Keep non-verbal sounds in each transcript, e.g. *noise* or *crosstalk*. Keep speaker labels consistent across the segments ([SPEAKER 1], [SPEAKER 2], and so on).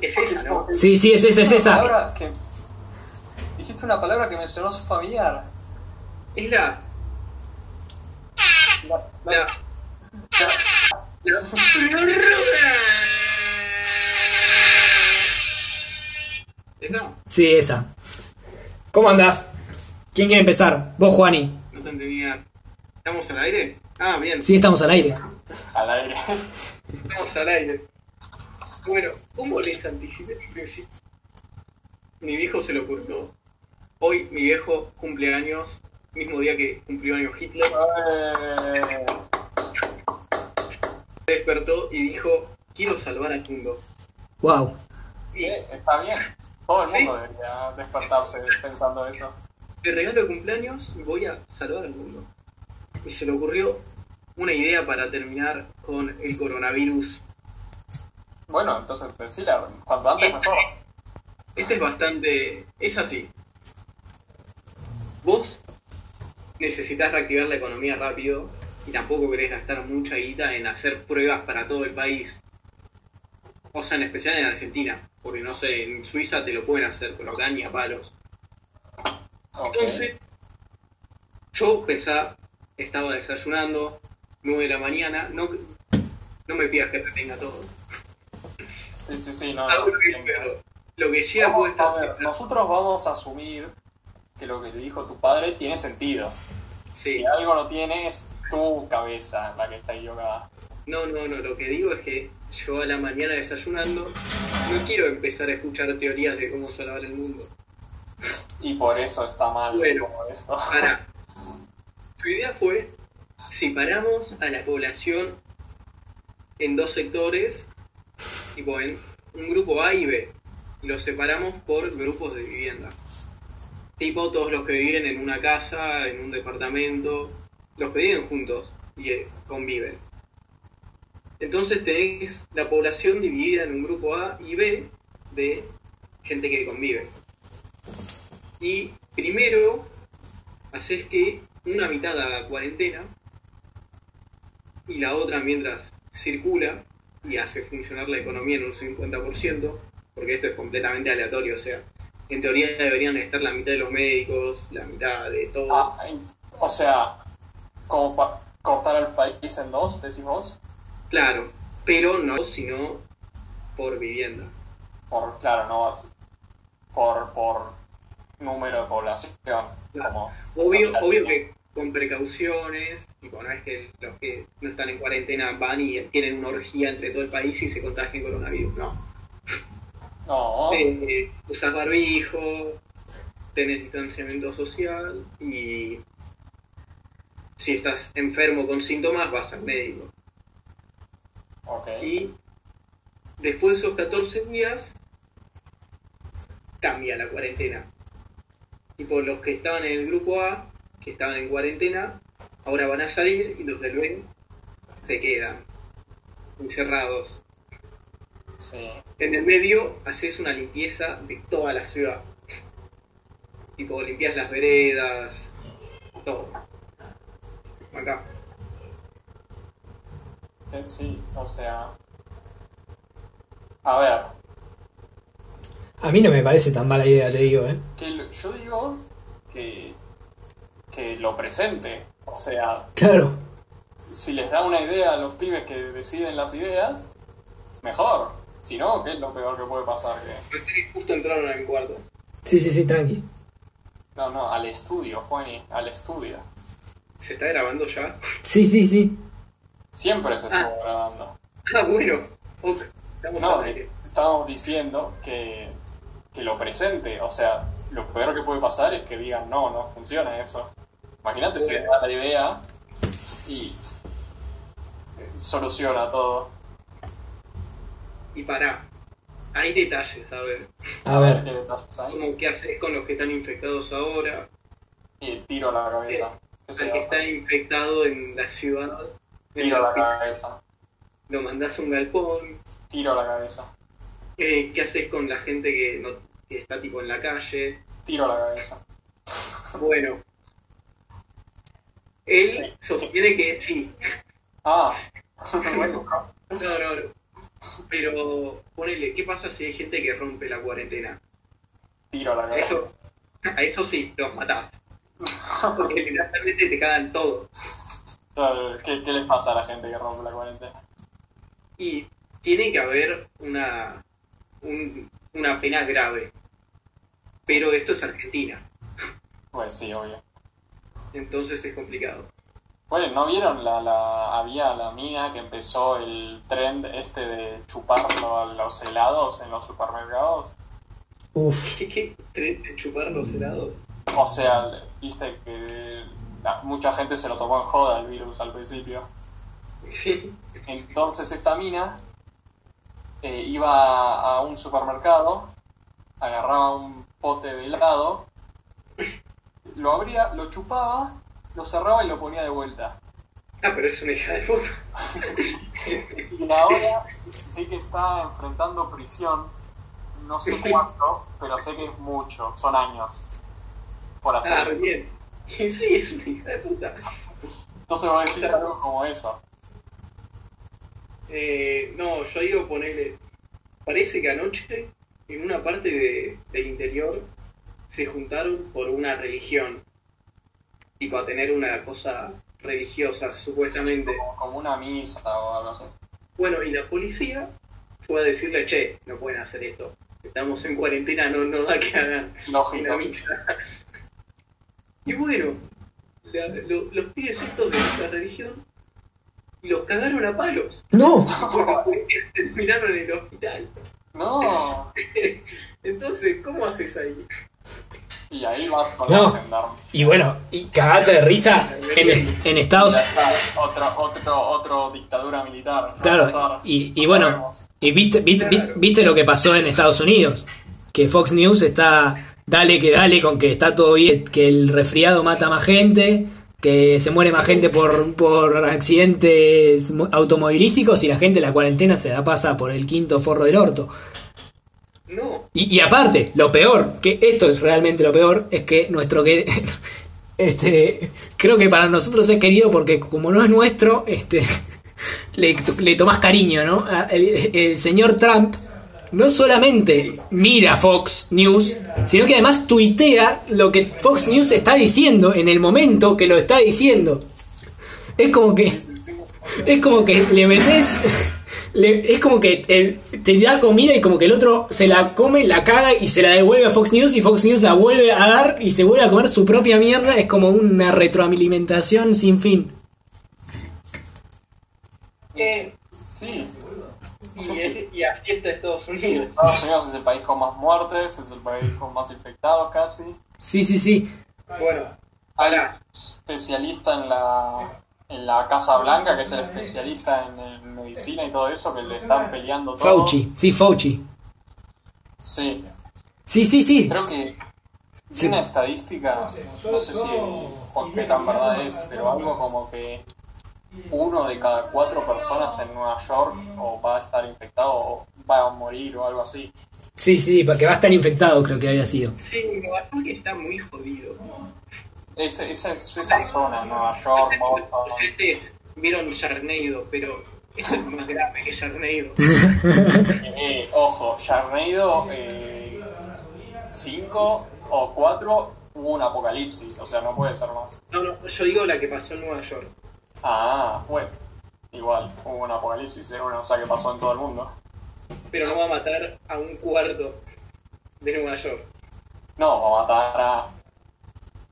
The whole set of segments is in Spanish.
[SPEAKER 1] Es esa, ¿no?
[SPEAKER 2] Sí, sí, es esa, es
[SPEAKER 3] Una
[SPEAKER 2] esa.
[SPEAKER 3] palabra que- Dijiste una palabra que me sonó familiar.
[SPEAKER 1] Es la.
[SPEAKER 3] La- la-
[SPEAKER 1] la.
[SPEAKER 3] la-
[SPEAKER 1] la ¿Esa?
[SPEAKER 2] Sí, esa. ¿Cómo andás? ¿Quién quiere empezar? Vos, Juani.
[SPEAKER 1] No te entendía. ¿Estamos al aire? Ah, bien.
[SPEAKER 2] Sí, estamos al aire.
[SPEAKER 3] Al aire.
[SPEAKER 1] Estamos al aire. Bueno, ¿cómo les anticipé al principio? Mi viejo se lo ocultó. Hoy mi viejo cumple años, mismo día que cumplió años Hitler.
[SPEAKER 3] Eh,
[SPEAKER 1] Se despertó y dijo, quiero salvar al mundo.
[SPEAKER 2] Wow.
[SPEAKER 1] Y
[SPEAKER 3] eh, Está bien. Todo el
[SPEAKER 1] Sí.
[SPEAKER 3] mundo debería despertarse pensando eso.
[SPEAKER 1] de regalo de cumpleaños voy a salvar al mundo. Y se le ocurrió una idea para terminar con el coronavirus.
[SPEAKER 3] Bueno, entonces decila, cuanto antes mejor.
[SPEAKER 1] Este es bastante... es así. Vos necesitas reactivar la economía rápido y tampoco querés gastar mucha guita en hacer pruebas para todo el país. O sea, en especial en Argentina, porque no sé, en Suiza te lo pueden hacer, pero acá ni a palos.
[SPEAKER 3] Ok.
[SPEAKER 1] Entonces, yo pensaba, estaba desayunando, 9 de la mañana, no, no me pidas que te tenga todo.
[SPEAKER 3] Sí, sí, sí, no.
[SPEAKER 1] Ah,
[SPEAKER 3] no,
[SPEAKER 1] bueno, bien,
[SPEAKER 3] bien.
[SPEAKER 1] pero lo que llega puede
[SPEAKER 3] Vamos-
[SPEAKER 1] estar-
[SPEAKER 3] a ver, nosotros vamos a asumir que lo que te dijo tu padre tiene sentido.
[SPEAKER 1] Sí.
[SPEAKER 3] Si algo no tiene, es tu cabeza la que está equivocada.
[SPEAKER 1] No, no, no, lo que digo es que yo a la mañana desayunando no quiero empezar a escuchar teorías de cómo salvar el mundo.
[SPEAKER 3] Y por eso está mal
[SPEAKER 1] Bueno.
[SPEAKER 3] todo esto.
[SPEAKER 1] Para. Su idea fue, si paramos a la población en dos sectores, tipo en un grupo A y B, y los separamos por grupos de vivienda. Tipo todos los que viven en una casa, en un departamento, los que viven juntos y eh, conviven. Entonces tenés la población dividida en un grupo A y B de gente que convive. Y primero haces que una mitad haga cuarentena y la otra mientras circula y hace funcionar la economía en un 50%, porque esto es completamente aleatorio, o sea, en teoría deberían estar la mitad de los médicos, la mitad de todo.
[SPEAKER 3] Ah, en- o sea, como pa- cortar el país en dos, decís vos.
[SPEAKER 1] Claro, pero no sino por vivienda.
[SPEAKER 3] Por, claro, no. Por, por número de población. Como,
[SPEAKER 1] Obvio,
[SPEAKER 3] Ah, Claro.
[SPEAKER 1] obvio que con precauciones, y no es que los que no están en cuarentena van y tienen una orgía entre todo el país y se contagian coronavirus, no.
[SPEAKER 3] no,
[SPEAKER 1] Eh, usás barbijo, tenés distanciamiento social y si estás enfermo con síntomas vas al médico.
[SPEAKER 3] ok.
[SPEAKER 1] Y después de esos 14 días, cambia la cuarentena. Y por los que estaban en el grupo A, que estaban en cuarentena, ahora van a salir y los del B se quedan encerrados.
[SPEAKER 3] Sí.
[SPEAKER 1] En el medio haces una limpieza de toda la ciudad. Tipo, limpias las veredas, todo. Acá.
[SPEAKER 3] Eh, Sí, o sea. A ver,
[SPEAKER 2] A mí no me parece tan mala idea, te digo, ¿eh?
[SPEAKER 3] que lo- yo digo que, que lo presente. O sea,
[SPEAKER 2] Claro.
[SPEAKER 3] si- si les da una idea a los pibes que deciden las ideas, mejor. Si no, que es lo peor que puede pasar. Que...
[SPEAKER 1] Justo entraron a mi cuarto.
[SPEAKER 2] Sí, sí, sí, tranqui.
[SPEAKER 3] No, no, al estudio, Juani, al estudio.
[SPEAKER 1] ¿Se está grabando ya?
[SPEAKER 2] Sí, sí, sí.
[SPEAKER 3] Siempre se estuvo grabando.
[SPEAKER 1] Ah, bueno. Ok, Estamos
[SPEAKER 3] No,
[SPEAKER 1] al aire.
[SPEAKER 3] estábamos diciendo que, que lo presente. O sea, lo peor que puede pasar es que digan, no, no funciona eso. Imagínate si les da la idea y eh, soluciona todo.
[SPEAKER 1] Y pará, hay detalles, a ver,
[SPEAKER 2] A ver.
[SPEAKER 3] Eh, ahí.
[SPEAKER 1] como qué haces con los que están infectados ahora,
[SPEAKER 3] Y tiro a la cabeza. Que
[SPEAKER 1] al Eh, que está infectado en la ciudad, en
[SPEAKER 3] Tiro a la
[SPEAKER 1] la-
[SPEAKER 3] cabeza.
[SPEAKER 1] lo mandás a un galpón,
[SPEAKER 3] Tiro a la cabeza.
[SPEAKER 1] eh, qué haces con la gente que, no, que está tipo en la calle,
[SPEAKER 3] Tiro a la cabeza.
[SPEAKER 1] bueno. Él sostiene que sí,
[SPEAKER 3] Ah, bueno.
[SPEAKER 1] *laughs* no, no, no. Pero ponele, ¿qué pasa si hay gente que rompe la cuarentena?
[SPEAKER 3] Tiro a la
[SPEAKER 1] A
[SPEAKER 3] cabeza.
[SPEAKER 1] eso, a eso sí, los matás. Porque literalmente te cagan todo.
[SPEAKER 3] Claro, ¿Qué, ¿Qué les pasa a la gente que rompe la cuarentena?
[SPEAKER 1] Y tiene que haber una, un- una pena grave. Pero esto es Argentina,
[SPEAKER 3] Pues sí, obvio.
[SPEAKER 1] entonces es complicado. *laughs*
[SPEAKER 3] Bueno, ¿no vieron la, la había la mina que empezó el trend este de chuparlo a los helados en los supermercados?
[SPEAKER 2] Uf.
[SPEAKER 1] ¿Qué, qué tren de chupar los helados? *laughs*
[SPEAKER 3] O sea, viste que la- mucha gente se lo tomó en joda el virus al principio.
[SPEAKER 1] Sí.
[SPEAKER 3] Entonces esta mina eh, iba a un supermercado, agarraba un pote de helado, lo abría, lo chupaba, lo cerraba y lo ponía de vuelta.
[SPEAKER 1] Ah, pero es una hija de puta.
[SPEAKER 3] Y ahora sé que está enfrentando prisión, no sé cuánto, pero sé que es mucho, son años por hacer
[SPEAKER 1] Ah,
[SPEAKER 3] eso.
[SPEAKER 1] bien. *laughs* Y sí, es una hija de puta.
[SPEAKER 3] Entonces vos decís algo como eso.
[SPEAKER 1] Eh, no, yo digo ponerle. Parece que anoche, en una parte de- del interior, se juntaron por una religión. Tipo, a tener una cosa religiosa, supuestamente.
[SPEAKER 3] Como, como una misa o algo así.
[SPEAKER 1] Bueno, y la policía fue a decirle, che, no pueden hacer esto. Estamos en cuarentena, no, no da que hagan en la
[SPEAKER 3] Lógico.
[SPEAKER 1] misa. *laughs* Y bueno, la- lo- los pibes estos de esta religión los cagaron a
[SPEAKER 2] *laughs*
[SPEAKER 1] palos. *laughs*
[SPEAKER 2] ¡No!
[SPEAKER 1] Bueno, terminaron en el hospital.
[SPEAKER 3] No.
[SPEAKER 1] Entonces, ¿cómo haces ahí?
[SPEAKER 3] Y ahí vas con
[SPEAKER 2] No.
[SPEAKER 3] los gendarmes.
[SPEAKER 2] Y bueno, y cagate de risa en, en Estados
[SPEAKER 3] Otro, otro, otro dictadura militar. ¿no?
[SPEAKER 2] Claro,
[SPEAKER 3] Pasar.
[SPEAKER 2] y, y
[SPEAKER 3] No
[SPEAKER 2] bueno,
[SPEAKER 3] sabemos.
[SPEAKER 2] y viste, viste,
[SPEAKER 1] Claro.
[SPEAKER 2] viste lo que pasó en Estados Unidos, que Fox News está, dale que dale, con que está todo bien, que el resfriado mata más gente, que se muere más gente por, por accidentes mo- automovilísticos y la gente en la cuarentena se la pasa por el quinto forro del orto.
[SPEAKER 1] No,
[SPEAKER 2] Y, y aparte, lo peor, que esto es realmente lo peor, es que nuestro que. *laughs* Este, creo que para nosotros es querido porque como no es nuestro, este, *laughs* le, le tomás cariño, ¿no? A- El, el señor Trump no solamente mira Fox News, sino que además tuitea lo que Fox News está diciendo en el momento que lo está diciendo. Es como que...
[SPEAKER 3] Sí, sí, sí.
[SPEAKER 2] Es como que le metes. le- es como que el- te da comida y como que el otro se la come, la caga y se la devuelve a Fox News y Fox News la vuelve a dar y se vuelve a comer su propia mierda. Es como una retroalimentación sin fin.
[SPEAKER 1] Eh.
[SPEAKER 3] Sí,
[SPEAKER 1] y, es- y así está Estados Unidos.
[SPEAKER 3] Estados Unidos es el país con más muertes, es el país con más infectados casi.
[SPEAKER 2] Sí, sí, sí.
[SPEAKER 1] Bueno,
[SPEAKER 3] Hay
[SPEAKER 1] ahora,
[SPEAKER 3] especialista en la, en la Casa Blanca, que es el especialista en, en medicina y todo eso, que le están peleando todo.
[SPEAKER 2] Fauci. Sí, Fauci.
[SPEAKER 3] Sí,
[SPEAKER 2] Sí, sí, sí.
[SPEAKER 3] creo que
[SPEAKER 2] Sí.
[SPEAKER 3] tiene una estadística, no sé si Juan, qué tan verdad es, pero algo como que uno de cada cuatro personas en Nueva York o va a estar infectado o va a morir o algo así.
[SPEAKER 2] Sí, sí, porque va a estar infectado, creo que había sido. *laughs*
[SPEAKER 1] sí, Nueva York está muy jodido.
[SPEAKER 3] Ese- esa, esa zona, Nueva York, Boston,
[SPEAKER 1] Ustedes vieron Yarneido, pero eso es más grave que
[SPEAKER 2] *laughs*
[SPEAKER 1] Yarneido.
[SPEAKER 3] Eh, ojo, Sharknado 5 eh, o 4 hubo un apocalipsis, o sea, no puede ser más.
[SPEAKER 1] No, no, yo digo la que pasó en Nueva York.
[SPEAKER 3] Ah, bueno, igual, hubo un apocalipsis, era una cosa que pasó en todo el mundo.
[SPEAKER 1] Pero no va a matar a un cuarto de Nueva York.
[SPEAKER 3] No, va a matar a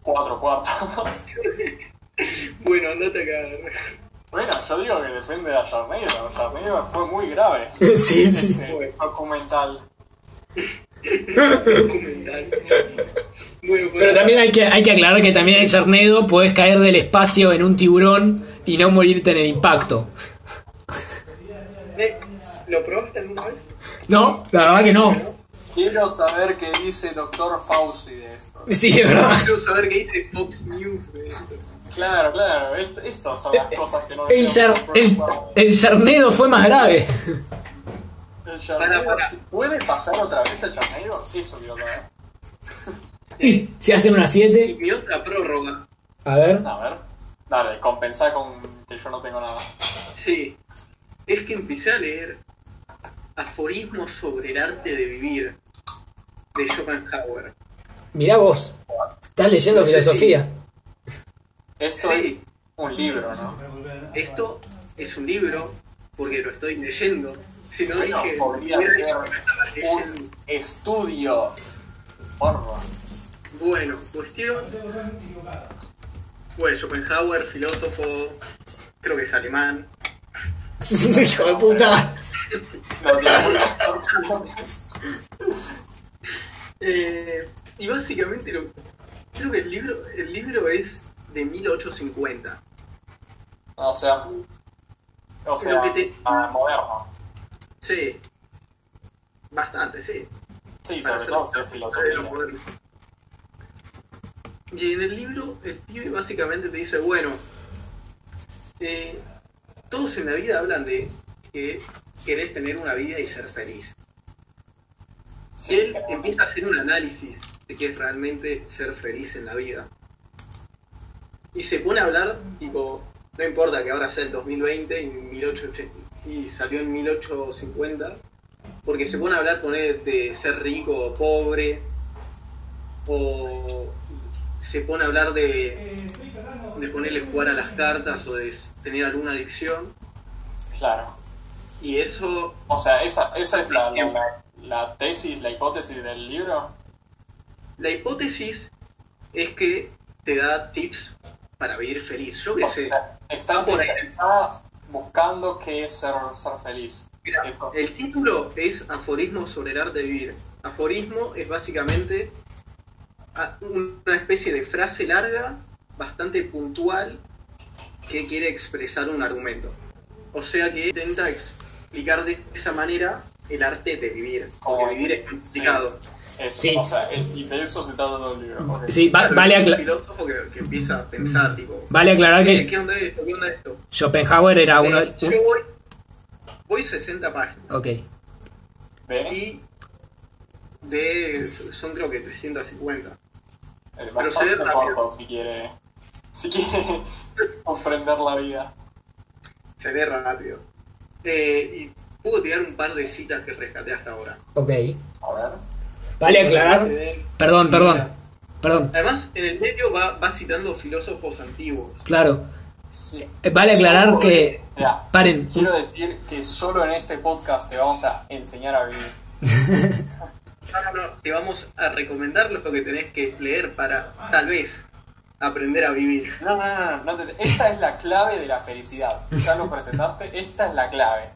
[SPEAKER 3] 4 cuartos. *laughs*
[SPEAKER 1] Bueno, andate a cagar. *laughs*
[SPEAKER 3] bueno, yo digo que depende de Sharknado, Sharknado fue muy grave.
[SPEAKER 2] Sí, sí.
[SPEAKER 3] Ese documental.
[SPEAKER 1] Documental. Bueno, pues,
[SPEAKER 2] Pero también hay que, hay que aclarar que también en Charnedo puedes caer del espacio en un tiburón y no morirte en el impacto.
[SPEAKER 1] Eh, ¿Lo probaste alguna
[SPEAKER 2] *laughs*
[SPEAKER 1] vez?
[SPEAKER 2] No, la verdad que no.
[SPEAKER 3] Quiero saber qué dice Doctor Fauci de esto.
[SPEAKER 2] Sí, de verdad.
[SPEAKER 1] Quiero saber qué dice Fox News de esto.
[SPEAKER 3] Claro, claro, es- esas son las cosas que no
[SPEAKER 2] El,
[SPEAKER 3] debemos
[SPEAKER 2] char, eh, el,
[SPEAKER 3] preocupar.
[SPEAKER 2] el charnedo fue más grave. *laughs*
[SPEAKER 3] El Charneiro,
[SPEAKER 1] Pará, pará.
[SPEAKER 3] ¿Puede pasar otra vez el Charneiro? Eso quiero saber.
[SPEAKER 2] Y se hacen unas
[SPEAKER 1] Y
[SPEAKER 2] 7.
[SPEAKER 1] mi otra prórroga.
[SPEAKER 2] A ver.
[SPEAKER 3] A ver. Dale, compensá con que yo no tengo nada.
[SPEAKER 1] Sí. Es que empecé a leer Aforismos sobre el arte de vivir, de Schopenhauer.
[SPEAKER 2] Mirá vos, estás leyendo
[SPEAKER 1] Sí, sí.
[SPEAKER 2] *laughs* filosofía.
[SPEAKER 3] Esto
[SPEAKER 1] Sí.
[SPEAKER 3] es un libro, ¿no?
[SPEAKER 1] Esto es un libro, porque lo estoy leyendo. Si no
[SPEAKER 3] Bueno,
[SPEAKER 1] dije,
[SPEAKER 3] podría
[SPEAKER 1] hubiera
[SPEAKER 3] ser
[SPEAKER 1] dicho que lo estaba leyendo.
[SPEAKER 3] Un estudio. Porno.
[SPEAKER 1] Bueno, cuestión. Bueno, Schopenhauer, filósofo, creo que es alemán.
[SPEAKER 2] Hijo de puta.
[SPEAKER 3] No tiene muchas opciones.
[SPEAKER 1] Eh, y básicamente lo, creo que el libro, el libro es de 1850.
[SPEAKER 3] O sea. O sea,
[SPEAKER 1] Lo que te-
[SPEAKER 3] ah, moderno.
[SPEAKER 1] Sí. Bastante, sí.
[SPEAKER 3] Sí,
[SPEAKER 1] Para
[SPEAKER 3] sobre
[SPEAKER 1] ser-
[SPEAKER 3] todo si es
[SPEAKER 1] para ser lo
[SPEAKER 3] filosofía.
[SPEAKER 1] moderno. Y en el libro, el pibe básicamente te dice, bueno, eh, todos en la vida hablan de que querés tener una vida y ser feliz.
[SPEAKER 3] Sí,
[SPEAKER 1] Él
[SPEAKER 3] pero-
[SPEAKER 1] empieza a hacer un análisis de qué es realmente ser feliz en la vida. Y se pone a hablar, tipo, no importa que ahora sea el 2020 y, 1880 y salió en 1850, porque se pone a hablar con él de ser rico o pobre, o se pone a hablar de, de ponerle jugar a las cartas o de s- tener alguna adicción,
[SPEAKER 3] Claro.
[SPEAKER 1] y eso
[SPEAKER 3] O sea, esa, esa es la, la, la- la tesis, la hipótesis del libro.
[SPEAKER 1] La hipótesis es que te da tips para vivir feliz. Yo qué
[SPEAKER 3] O
[SPEAKER 1] sé.
[SPEAKER 3] sea, está,
[SPEAKER 1] Va por ahí.
[SPEAKER 3] está buscando qué es ser, ser feliz.
[SPEAKER 1] Mira,
[SPEAKER 3] Eso.
[SPEAKER 1] el título es Aforismo sobre el arte de vivir. Aforismo es básicamente a- una especie de frase larga, bastante puntual, que quiere expresar un argumento. O sea que intenta explicar de esa manera el arte de vivir.
[SPEAKER 3] Como-
[SPEAKER 1] Porque vivir es complicado.
[SPEAKER 3] Eso,
[SPEAKER 2] Sí.
[SPEAKER 3] O sea, el- y de eso se trata todo el libro. ok.
[SPEAKER 2] Sí, va-
[SPEAKER 1] Claro,
[SPEAKER 2] vale,
[SPEAKER 1] es un
[SPEAKER 2] acla- Mm.
[SPEAKER 1] filósofo que, que empieza a pensar, tipo,
[SPEAKER 2] vale aclarar
[SPEAKER 1] "Eh,
[SPEAKER 2] que
[SPEAKER 1] ¿qué onda esto? ¿Qué onda esto?
[SPEAKER 2] Schopenhauer era uno.
[SPEAKER 1] Eh, yo voy, voy 60 páginas
[SPEAKER 2] Ok.
[SPEAKER 3] Ve,
[SPEAKER 1] y de, son creo que 350.
[SPEAKER 3] el
[SPEAKER 1] se
[SPEAKER 3] bastante
[SPEAKER 1] ve rápido.
[SPEAKER 3] corto si quiere, si quiere comprender la vida.
[SPEAKER 1] Se ve rápido. Eh, y puedo tirar un par de citas que rescaté hasta ahora.
[SPEAKER 2] Ok.
[SPEAKER 3] A ver.
[SPEAKER 2] Vale aclarar.
[SPEAKER 1] Se ve-
[SPEAKER 2] Perdón, perdón, perdón.
[SPEAKER 1] Además, en el medio va, va citando filósofos antiguos.
[SPEAKER 2] Claro.
[SPEAKER 3] Sí.
[SPEAKER 2] Eh, Vale aclarar
[SPEAKER 1] Solo-
[SPEAKER 2] que.
[SPEAKER 3] Mira,
[SPEAKER 2] Paren.
[SPEAKER 3] quiero decir que solo en este podcast te vamos a enseñar a vivir.
[SPEAKER 1] No, Ah, no, no, te vamos a recomendar lo que tenés que leer para, tal vez, aprender a vivir.
[SPEAKER 3] No, no, no, no, no te- esta es la clave de la felicidad. Ya lo presentaste, esta es la clave.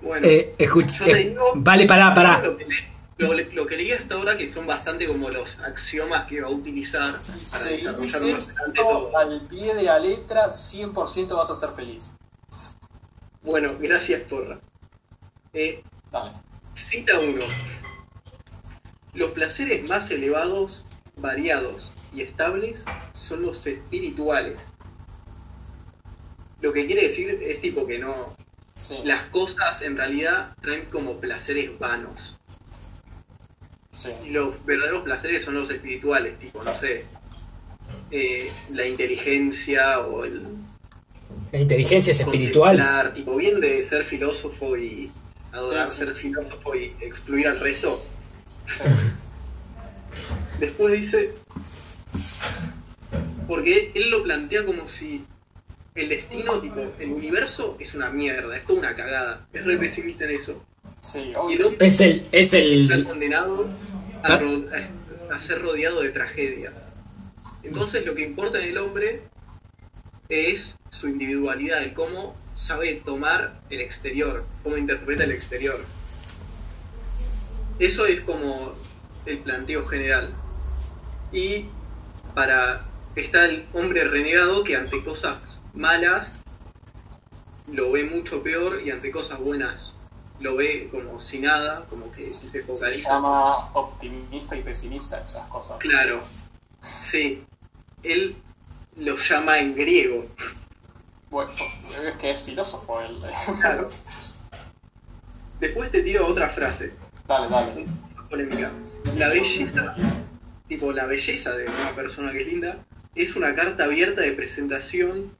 [SPEAKER 1] Bueno,
[SPEAKER 2] Eh, escuch-
[SPEAKER 1] yo te
[SPEAKER 2] eh,
[SPEAKER 1] digo-
[SPEAKER 2] vale, pará, pará.
[SPEAKER 1] Lo que, le- lo, le- lo que leí hasta ahora, que son bastante como los axiomas que va a utilizar
[SPEAKER 3] Si
[SPEAKER 1] para
[SPEAKER 3] seguís
[SPEAKER 1] desarrollar más adelante
[SPEAKER 3] esto
[SPEAKER 1] todo.
[SPEAKER 3] al pie de la letra, 100% vas a ser feliz.
[SPEAKER 1] Bueno, gracias, Porra. Eh,
[SPEAKER 3] Dale.
[SPEAKER 1] cita 1. Los placeres más elevados, variados y estables son los espirituales. Lo que quiere decir es tipo que no.
[SPEAKER 3] Sí,
[SPEAKER 1] Las cosas en realidad traen como placeres vanos.
[SPEAKER 3] sí.
[SPEAKER 1] *laughs* Y los verdaderos placeres son los espirituales, tipo, no sé, eh, la inteligencia o el
[SPEAKER 2] La inteligencia es espiritual.
[SPEAKER 1] contemplar, tipo, bien de ser filósofo y adorar
[SPEAKER 3] Sí, sí,
[SPEAKER 1] ser
[SPEAKER 3] sí.
[SPEAKER 1] filósofo y excluir al resto.
[SPEAKER 3] sí.
[SPEAKER 1] Después dice, porque él lo plantea como si el destino, tipo, el universo es una mierda, es toda una cagada, es re pesimista en eso.
[SPEAKER 3] Sí,
[SPEAKER 1] Y
[SPEAKER 3] obvio.
[SPEAKER 1] el hombre
[SPEAKER 2] Es el. Es
[SPEAKER 1] está
[SPEAKER 2] el.
[SPEAKER 1] condenado
[SPEAKER 2] Ah.
[SPEAKER 1] a, ro- a- a ser rodeado de tragedia. Entonces lo que importa en el hombre es su individualidad, el cómo sabe tomar el exterior, cómo interpreta el exterior. Eso es como el planteo general. Y para está el hombre renegado que ante cosas malas lo ve mucho peor y ante cosas buenas lo ve como si nada, como que
[SPEAKER 3] Sí,
[SPEAKER 1] se
[SPEAKER 3] se
[SPEAKER 1] focaliza
[SPEAKER 3] llama optimista y pesimista esas cosas.
[SPEAKER 1] Claro, sí. Él lo llama en griego.
[SPEAKER 3] Bueno, es que es filósofo él. *laughs*
[SPEAKER 1] Claro. Después te tiro otra frase,
[SPEAKER 3] dale, dale.
[SPEAKER 1] polémica. La belleza, tipo la belleza de una persona que es linda, es una carta abierta de presentación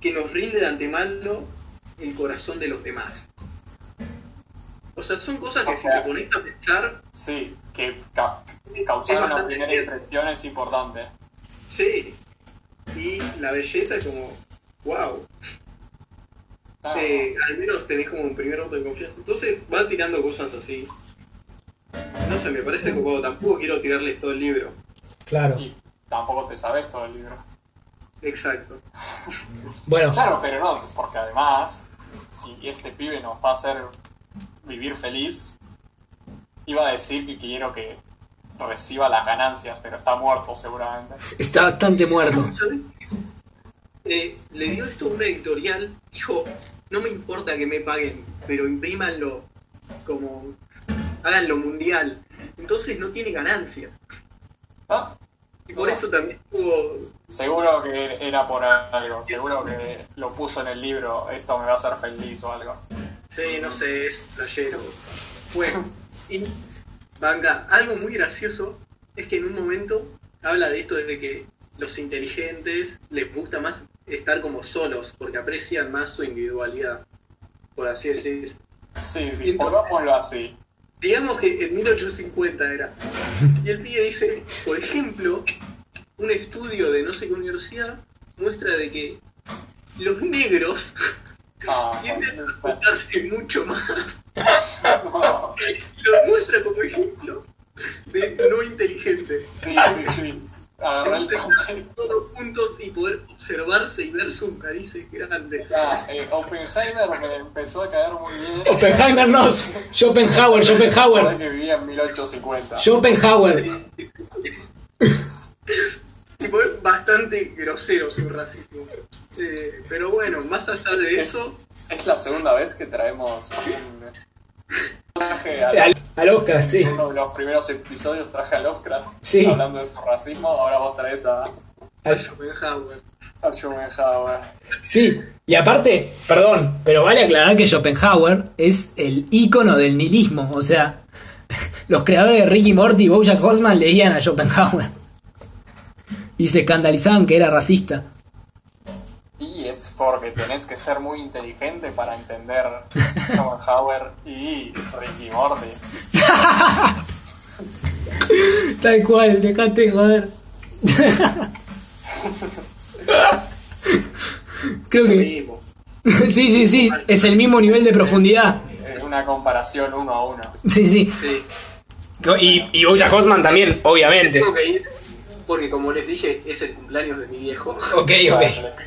[SPEAKER 1] que nos rinde de antemano el corazón de los demás. O sea, son cosas que
[SPEAKER 3] O
[SPEAKER 1] si
[SPEAKER 3] sea,
[SPEAKER 1] te pones a pensar,
[SPEAKER 3] Sí, que ca-
[SPEAKER 1] es
[SPEAKER 3] causar una
[SPEAKER 1] bastante
[SPEAKER 3] primera
[SPEAKER 1] evidente.
[SPEAKER 3] impresión es importante.
[SPEAKER 1] Sí. Y la belleza es como, wow.
[SPEAKER 3] Ah,
[SPEAKER 1] Eh, al menos tenés como un primer auto de confianza. Entonces va tirando cosas así. No sé, me parece como tampoco quiero tirarles todo el libro.
[SPEAKER 2] Claro.
[SPEAKER 3] Y tampoco te sabes todo el libro.
[SPEAKER 1] Exacto.
[SPEAKER 2] Bueno,
[SPEAKER 3] Claro, pero no, porque además, si este pibe nos va a hacer vivir feliz, iba a decir que quiero que reciba las ganancias, pero está muerto seguramente.
[SPEAKER 2] está bastante muerto.
[SPEAKER 1] ¿Sabés? Eh, le dio esto a una editorial, dijo, no me importa que me paguen, pero imprímanlo como, háganlo mundial. Entonces no tiene ganancias.
[SPEAKER 3] Ah,
[SPEAKER 1] Y por eso también tuvo
[SPEAKER 3] Seguro que era por algo, seguro que lo puso en el libro, esto me va a hacer feliz o algo.
[SPEAKER 1] Sí, no sé, es un playero. Bueno, y Vanga, algo muy gracioso es que en un momento habla de esto desde que los inteligentes les gusta más estar como solos, porque aprecian más su individualidad, por así decir.
[SPEAKER 3] Sí, sí, pongámoslo así.
[SPEAKER 1] Digamos que en 1850 era. Y el pibe dice, por ejemplo, un estudio de no sé qué universidad muestra de que los negros
[SPEAKER 3] Ah,
[SPEAKER 1] tienden a juntarse mucho más
[SPEAKER 3] no.
[SPEAKER 1] lo muestra como ejemplo de no inteligente.
[SPEAKER 3] Sí, sí, sí. Ah, Agarré el
[SPEAKER 1] Estar todos juntos y poder observarse y ver sus narices grandes.
[SPEAKER 3] Ah, eh, Oppenheimer me empezó a caer muy bien.
[SPEAKER 2] Oppenheimer no. Schopenhauer,
[SPEAKER 3] Ahora
[SPEAKER 2] Schopenhauer.
[SPEAKER 3] que vivía en 1850.
[SPEAKER 2] Schopenhauer.
[SPEAKER 1] Tipo, es bastante grosero su racismo. Eh, pero bueno, más allá de eso,
[SPEAKER 3] Es la segunda vez que traemos un traje a
[SPEAKER 2] Al, al Oscar, Eh, sí.
[SPEAKER 3] uno de los primeros episodios traje a Lovecraft
[SPEAKER 2] Sí.
[SPEAKER 3] hablando de su racismo, ahora vos traes a,
[SPEAKER 2] Al-
[SPEAKER 1] Schopenhauer.
[SPEAKER 3] a Schopenhauer.
[SPEAKER 2] sí. Y aparte, perdón, pero vale aclarar que Schopenhauer es el ícono del nihilismo. O sea, *laughs* los creadores de Ricky Morty y Bojack Horseman leían a Schopenhauer. Y se escandalizaban que era racista.
[SPEAKER 3] Y es porque tenés que ser muy inteligente para entender Schopenhauer y Ricky Morty.
[SPEAKER 2] Tal cual, dejate joder. *laughs* Creo que. *laughs*
[SPEAKER 3] Primo.
[SPEAKER 2] Sí, sí, sí. Es el mismo nivel de profundidad.
[SPEAKER 3] Eh, Una comparación uno a uno.
[SPEAKER 2] Sí, sí.
[SPEAKER 1] Sí,
[SPEAKER 2] Y, y Bojack Horseman también, obviamente.
[SPEAKER 1] tengo que ir porque como les dije, es el cumpleaños de mi viejo.
[SPEAKER 2] Ok, ok.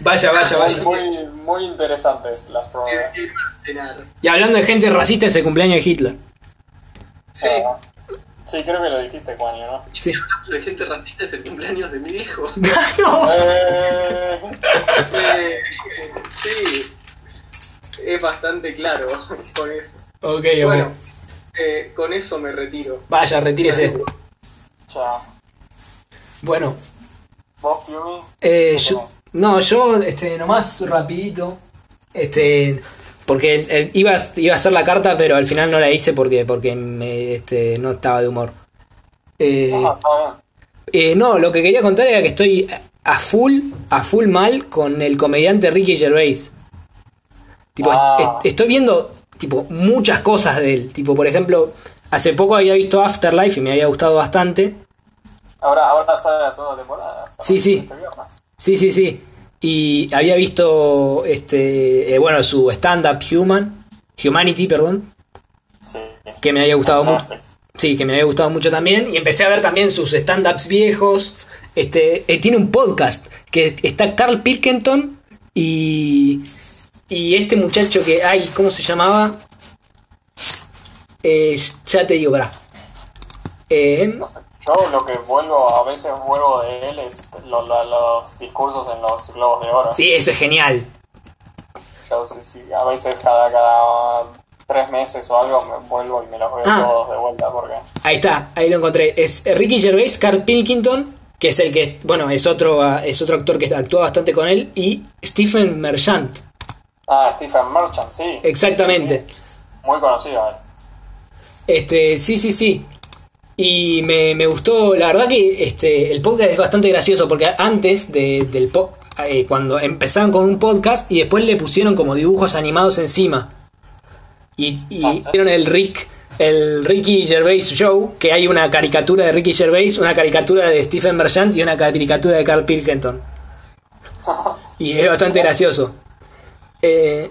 [SPEAKER 2] Vaya, vaya, vaya.
[SPEAKER 3] Muy, muy interesantes las pruebas.
[SPEAKER 1] Tiene que ir a Eh, cenar.
[SPEAKER 2] Y hablando de gente racista, es el cumpleaños de Hitler.
[SPEAKER 1] Sí.
[SPEAKER 3] Ah, sí, creo que lo dijiste, Juanio, ¿no?
[SPEAKER 2] Sí.
[SPEAKER 1] Hablando de gente racista, es el cumpleaños de mi *laughs* viejo.
[SPEAKER 2] No.
[SPEAKER 3] Eh,
[SPEAKER 1] Eh, sí, es bastante claro con eso.
[SPEAKER 2] Ok,
[SPEAKER 1] Bueno,
[SPEAKER 2] ok.
[SPEAKER 1] eh, con eso me retiro.
[SPEAKER 2] Vaya, retírese.
[SPEAKER 3] chao.
[SPEAKER 2] Bueno,
[SPEAKER 3] ¿Vos, Tiumi?
[SPEAKER 2] Eh,
[SPEAKER 3] ¿Qué
[SPEAKER 2] yo,
[SPEAKER 3] tenés?
[SPEAKER 2] no, yo este, nomás rapidito, este, porque eh, iba, a- iba a hacer la carta, pero al final no la hice porque, porque me, este, no estaba de humor. Eh,
[SPEAKER 3] Ah, ah,
[SPEAKER 2] eh, no, lo que quería contar era que estoy a a full, a full mal con el comediante Ricky Gervais. Tipo,
[SPEAKER 3] Ah.
[SPEAKER 2] est- estoy viendo tipo muchas cosas de él. Tipo, por ejemplo, hace poco había visto Afterlife y me había gustado bastante.
[SPEAKER 3] ahora, ahora sale la segunda temporada.
[SPEAKER 2] Sí, sí.
[SPEAKER 3] Este viernes.
[SPEAKER 2] Sí, sí, sí. Y había visto este eh, bueno, su stand up Human, Humanity, perdón,
[SPEAKER 3] Sí.
[SPEAKER 2] que me había
[SPEAKER 3] Ah,
[SPEAKER 2] gustado mucho.
[SPEAKER 3] Netflix.
[SPEAKER 2] Sí, que me había gustado mucho también y empecé a ver también sus stand ups viejos. Este eh, tiene un podcast que está Carl Pilkington y y este muchacho que ay, ¿cómo se llamaba? Eh, ya te digo, pará. Eh,
[SPEAKER 3] No sé, Yo lo que vuelvo, a veces vuelvo de él es lo- lo- los discursos en los globos de oro.
[SPEAKER 2] sí, eso es genial.
[SPEAKER 3] Yo sí, sí, a veces cada, cada tres meses o algo me vuelvo y me los veo
[SPEAKER 2] Ah.
[SPEAKER 3] todos de vuelta porque...
[SPEAKER 2] Ahí está, ahí lo encontré. Es Ricky Gervais, Carl Pilkington, que es el que, bueno, es otro, ah, es otro actor que actúa bastante con él, y Stephen Merchant.
[SPEAKER 3] Ah, Stephen Merchant, sí.
[SPEAKER 2] Exactamente.
[SPEAKER 3] Sí, sí. Muy conocido él. *laughs*
[SPEAKER 2] Este, sí, sí, sí. Y me, me gustó, la verdad que este, el podcast es bastante gracioso porque antes de- del po- eh, cuando empezaron con un podcast y después le pusieron como dibujos animados encima. Y, y hicieron el Rick, el Ricky Gervais Show, que hay una caricatura de Ricky Gervais, una caricatura de Stephen Merchant y una caricatura de Carl Pilkington. Y es bastante gracioso. Eh,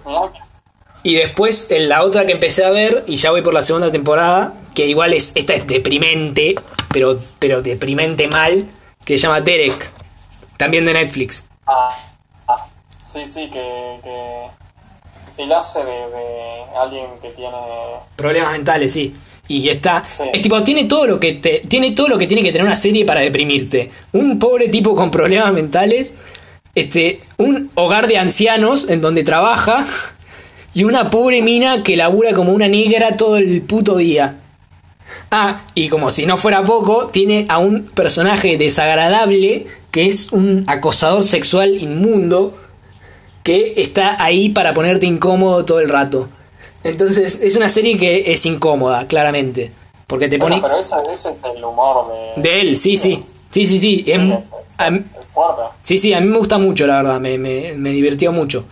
[SPEAKER 2] y después en la otra que empecé a ver, y ya voy por la segunda temporada, que igual es, esta es deprimente, pero, pero deprimente mal, que se llama Derek, también de Netflix.
[SPEAKER 3] Ah, ah, sí, sí, que, que él hace de, de alguien que tiene...
[SPEAKER 2] Problemas mentales, sí. Y está.
[SPEAKER 3] Sí.
[SPEAKER 2] Es tipo, tiene todo lo que te, tiene todo lo que tiene que tener una serie para deprimirte. Un pobre tipo con problemas mentales, este, un hogar de ancianos en donde trabaja, y una pobre mina que labura como una negra todo el puto día. Ah, y como si no fuera poco, tiene a un personaje desagradable que es un acosador sexual inmundo que está ahí para ponerte incómodo todo el rato. Entonces, es una serie que es incómoda, claramente. Porque te
[SPEAKER 3] Bueno,
[SPEAKER 2] pone.
[SPEAKER 3] pero ese, ese es el humor de...
[SPEAKER 2] De él, sí, sí. Sí, sí, sí.
[SPEAKER 3] Sí,
[SPEAKER 2] em,
[SPEAKER 3] es- es-
[SPEAKER 2] a mí-
[SPEAKER 3] es fuerte.
[SPEAKER 2] Sí, sí, a mí me gusta mucho, la verdad, me, me- me divirtió mucho.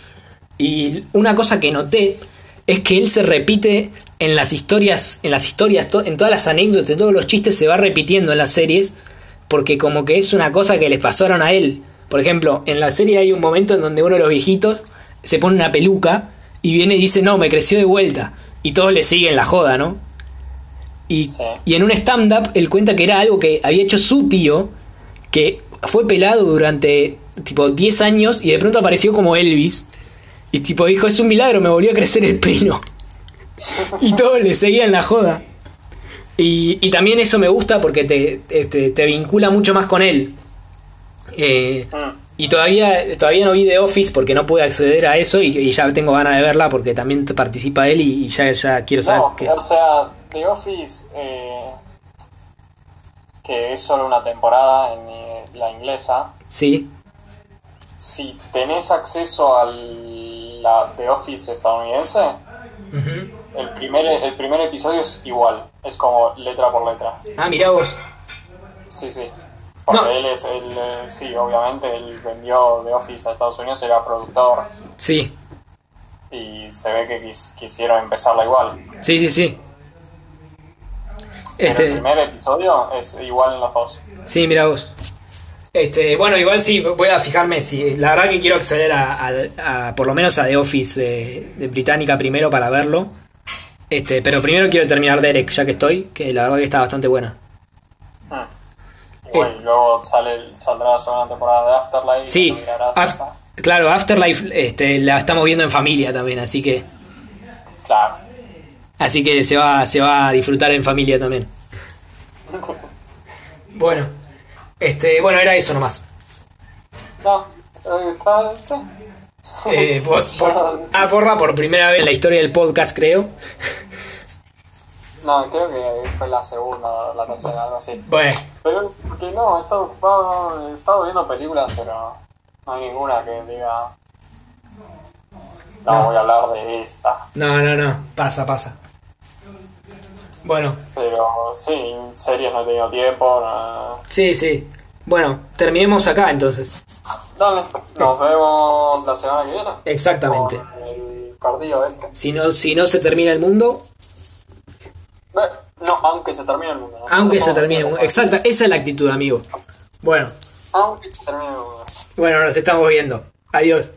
[SPEAKER 2] Y una cosa que noté es que él se repite en las historias, en las historias, to- en todas las anécdotas, en todos los chistes se va repitiendo en las series, porque como que es una cosa que les pasaron a él. Por ejemplo, en la serie hay un momento en donde uno de los viejitos se pone una peluca y viene y dice, no, me creció de vuelta. Y todos le siguen la joda, ¿no? Y,
[SPEAKER 3] Sí.
[SPEAKER 2] y en un stand-up él cuenta que era algo que había hecho su tío, que fue pelado durante tipo 10 años y de pronto apareció como Elvis. Y tipo dijo, es un milagro, me volvió a crecer el pelo. y todos le seguían la joda. Y, y también eso me gusta porque te, este, te vincula mucho más con él. Eh,
[SPEAKER 3] Mm.
[SPEAKER 2] y todavía, todavía no vi The Office porque no pude acceder a eso y, y ya tengo ganas de verla porque también participa él y, y ya, ya quiero saber
[SPEAKER 3] No,
[SPEAKER 2] qué-
[SPEAKER 3] o sea, The Office, eh, que es solo una temporada en eh, la inglesa,
[SPEAKER 2] Sí,
[SPEAKER 3] si tenés acceso a la The Office estadounidense, el, primer, el primer episodio es igual, es como letra por letra.
[SPEAKER 2] Ah, mirá vos.
[SPEAKER 3] Sí, sí. Porque
[SPEAKER 2] No.
[SPEAKER 3] él es, el sí, obviamente, él vendió The Office a Estados Unidos, era productor
[SPEAKER 2] Sí,
[SPEAKER 3] y se ve que quis- quisieron empezarla igual.
[SPEAKER 2] sí, sí, sí.
[SPEAKER 3] Pero el
[SPEAKER 2] Este,
[SPEAKER 3] primer episodio es igual en los dos.
[SPEAKER 2] sí, mirá vos. Este, bueno, igual sí, voy a fijarme. si la verdad que quiero acceder a, a- a- por lo menos a The Office de, de Británica primero para verlo. Este, pero primero quiero terminar Derek, ya que estoy, que la verdad que está bastante buena.
[SPEAKER 3] Mm. Igual,
[SPEAKER 2] Eh.
[SPEAKER 3] luego sale, saldrá la segunda temporada de Afterlife.
[SPEAKER 2] Sí,
[SPEAKER 3] lo mirarás
[SPEAKER 2] af-
[SPEAKER 3] esa.
[SPEAKER 2] claro, Afterlife este, la estamos viendo en familia también, así que
[SPEAKER 3] Claro. *laughs*
[SPEAKER 2] así que se va, se va a disfrutar en familia también. Bueno, este, bueno, era eso nomás.
[SPEAKER 3] No, eh, está, sí.
[SPEAKER 2] Eh, vos, por- ah, porra, por primera vez en la historia del podcast, creo.
[SPEAKER 3] No, creo que fue la segunda, la tercera, algo así.
[SPEAKER 2] Bueno,
[SPEAKER 3] Pero que no, he estado ocupado, he estado viendo películas, pero no hay ninguna que diga. No,
[SPEAKER 2] No.
[SPEAKER 3] voy a hablar de esta.
[SPEAKER 2] no, no, no, pasa, pasa. Bueno,
[SPEAKER 3] Pero sí, series no he tenido tiempo. no-
[SPEAKER 2] sí, sí. Bueno, terminemos acá entonces.
[SPEAKER 3] Dale, nos vemos la semana que viene.
[SPEAKER 2] Exactamente.
[SPEAKER 3] Con el partido este.
[SPEAKER 2] Si no, si no se termina el mundo,
[SPEAKER 3] Ve- No, aunque se termine el mundo. Nosotros
[SPEAKER 2] aunque se
[SPEAKER 3] vamos a
[SPEAKER 2] termine el
[SPEAKER 3] hacer-
[SPEAKER 2] mundo. Exacta, esa es la actitud, amigo. Bueno,
[SPEAKER 3] Aunque se termine el mundo.
[SPEAKER 2] bueno, nos estamos viendo. Adiós.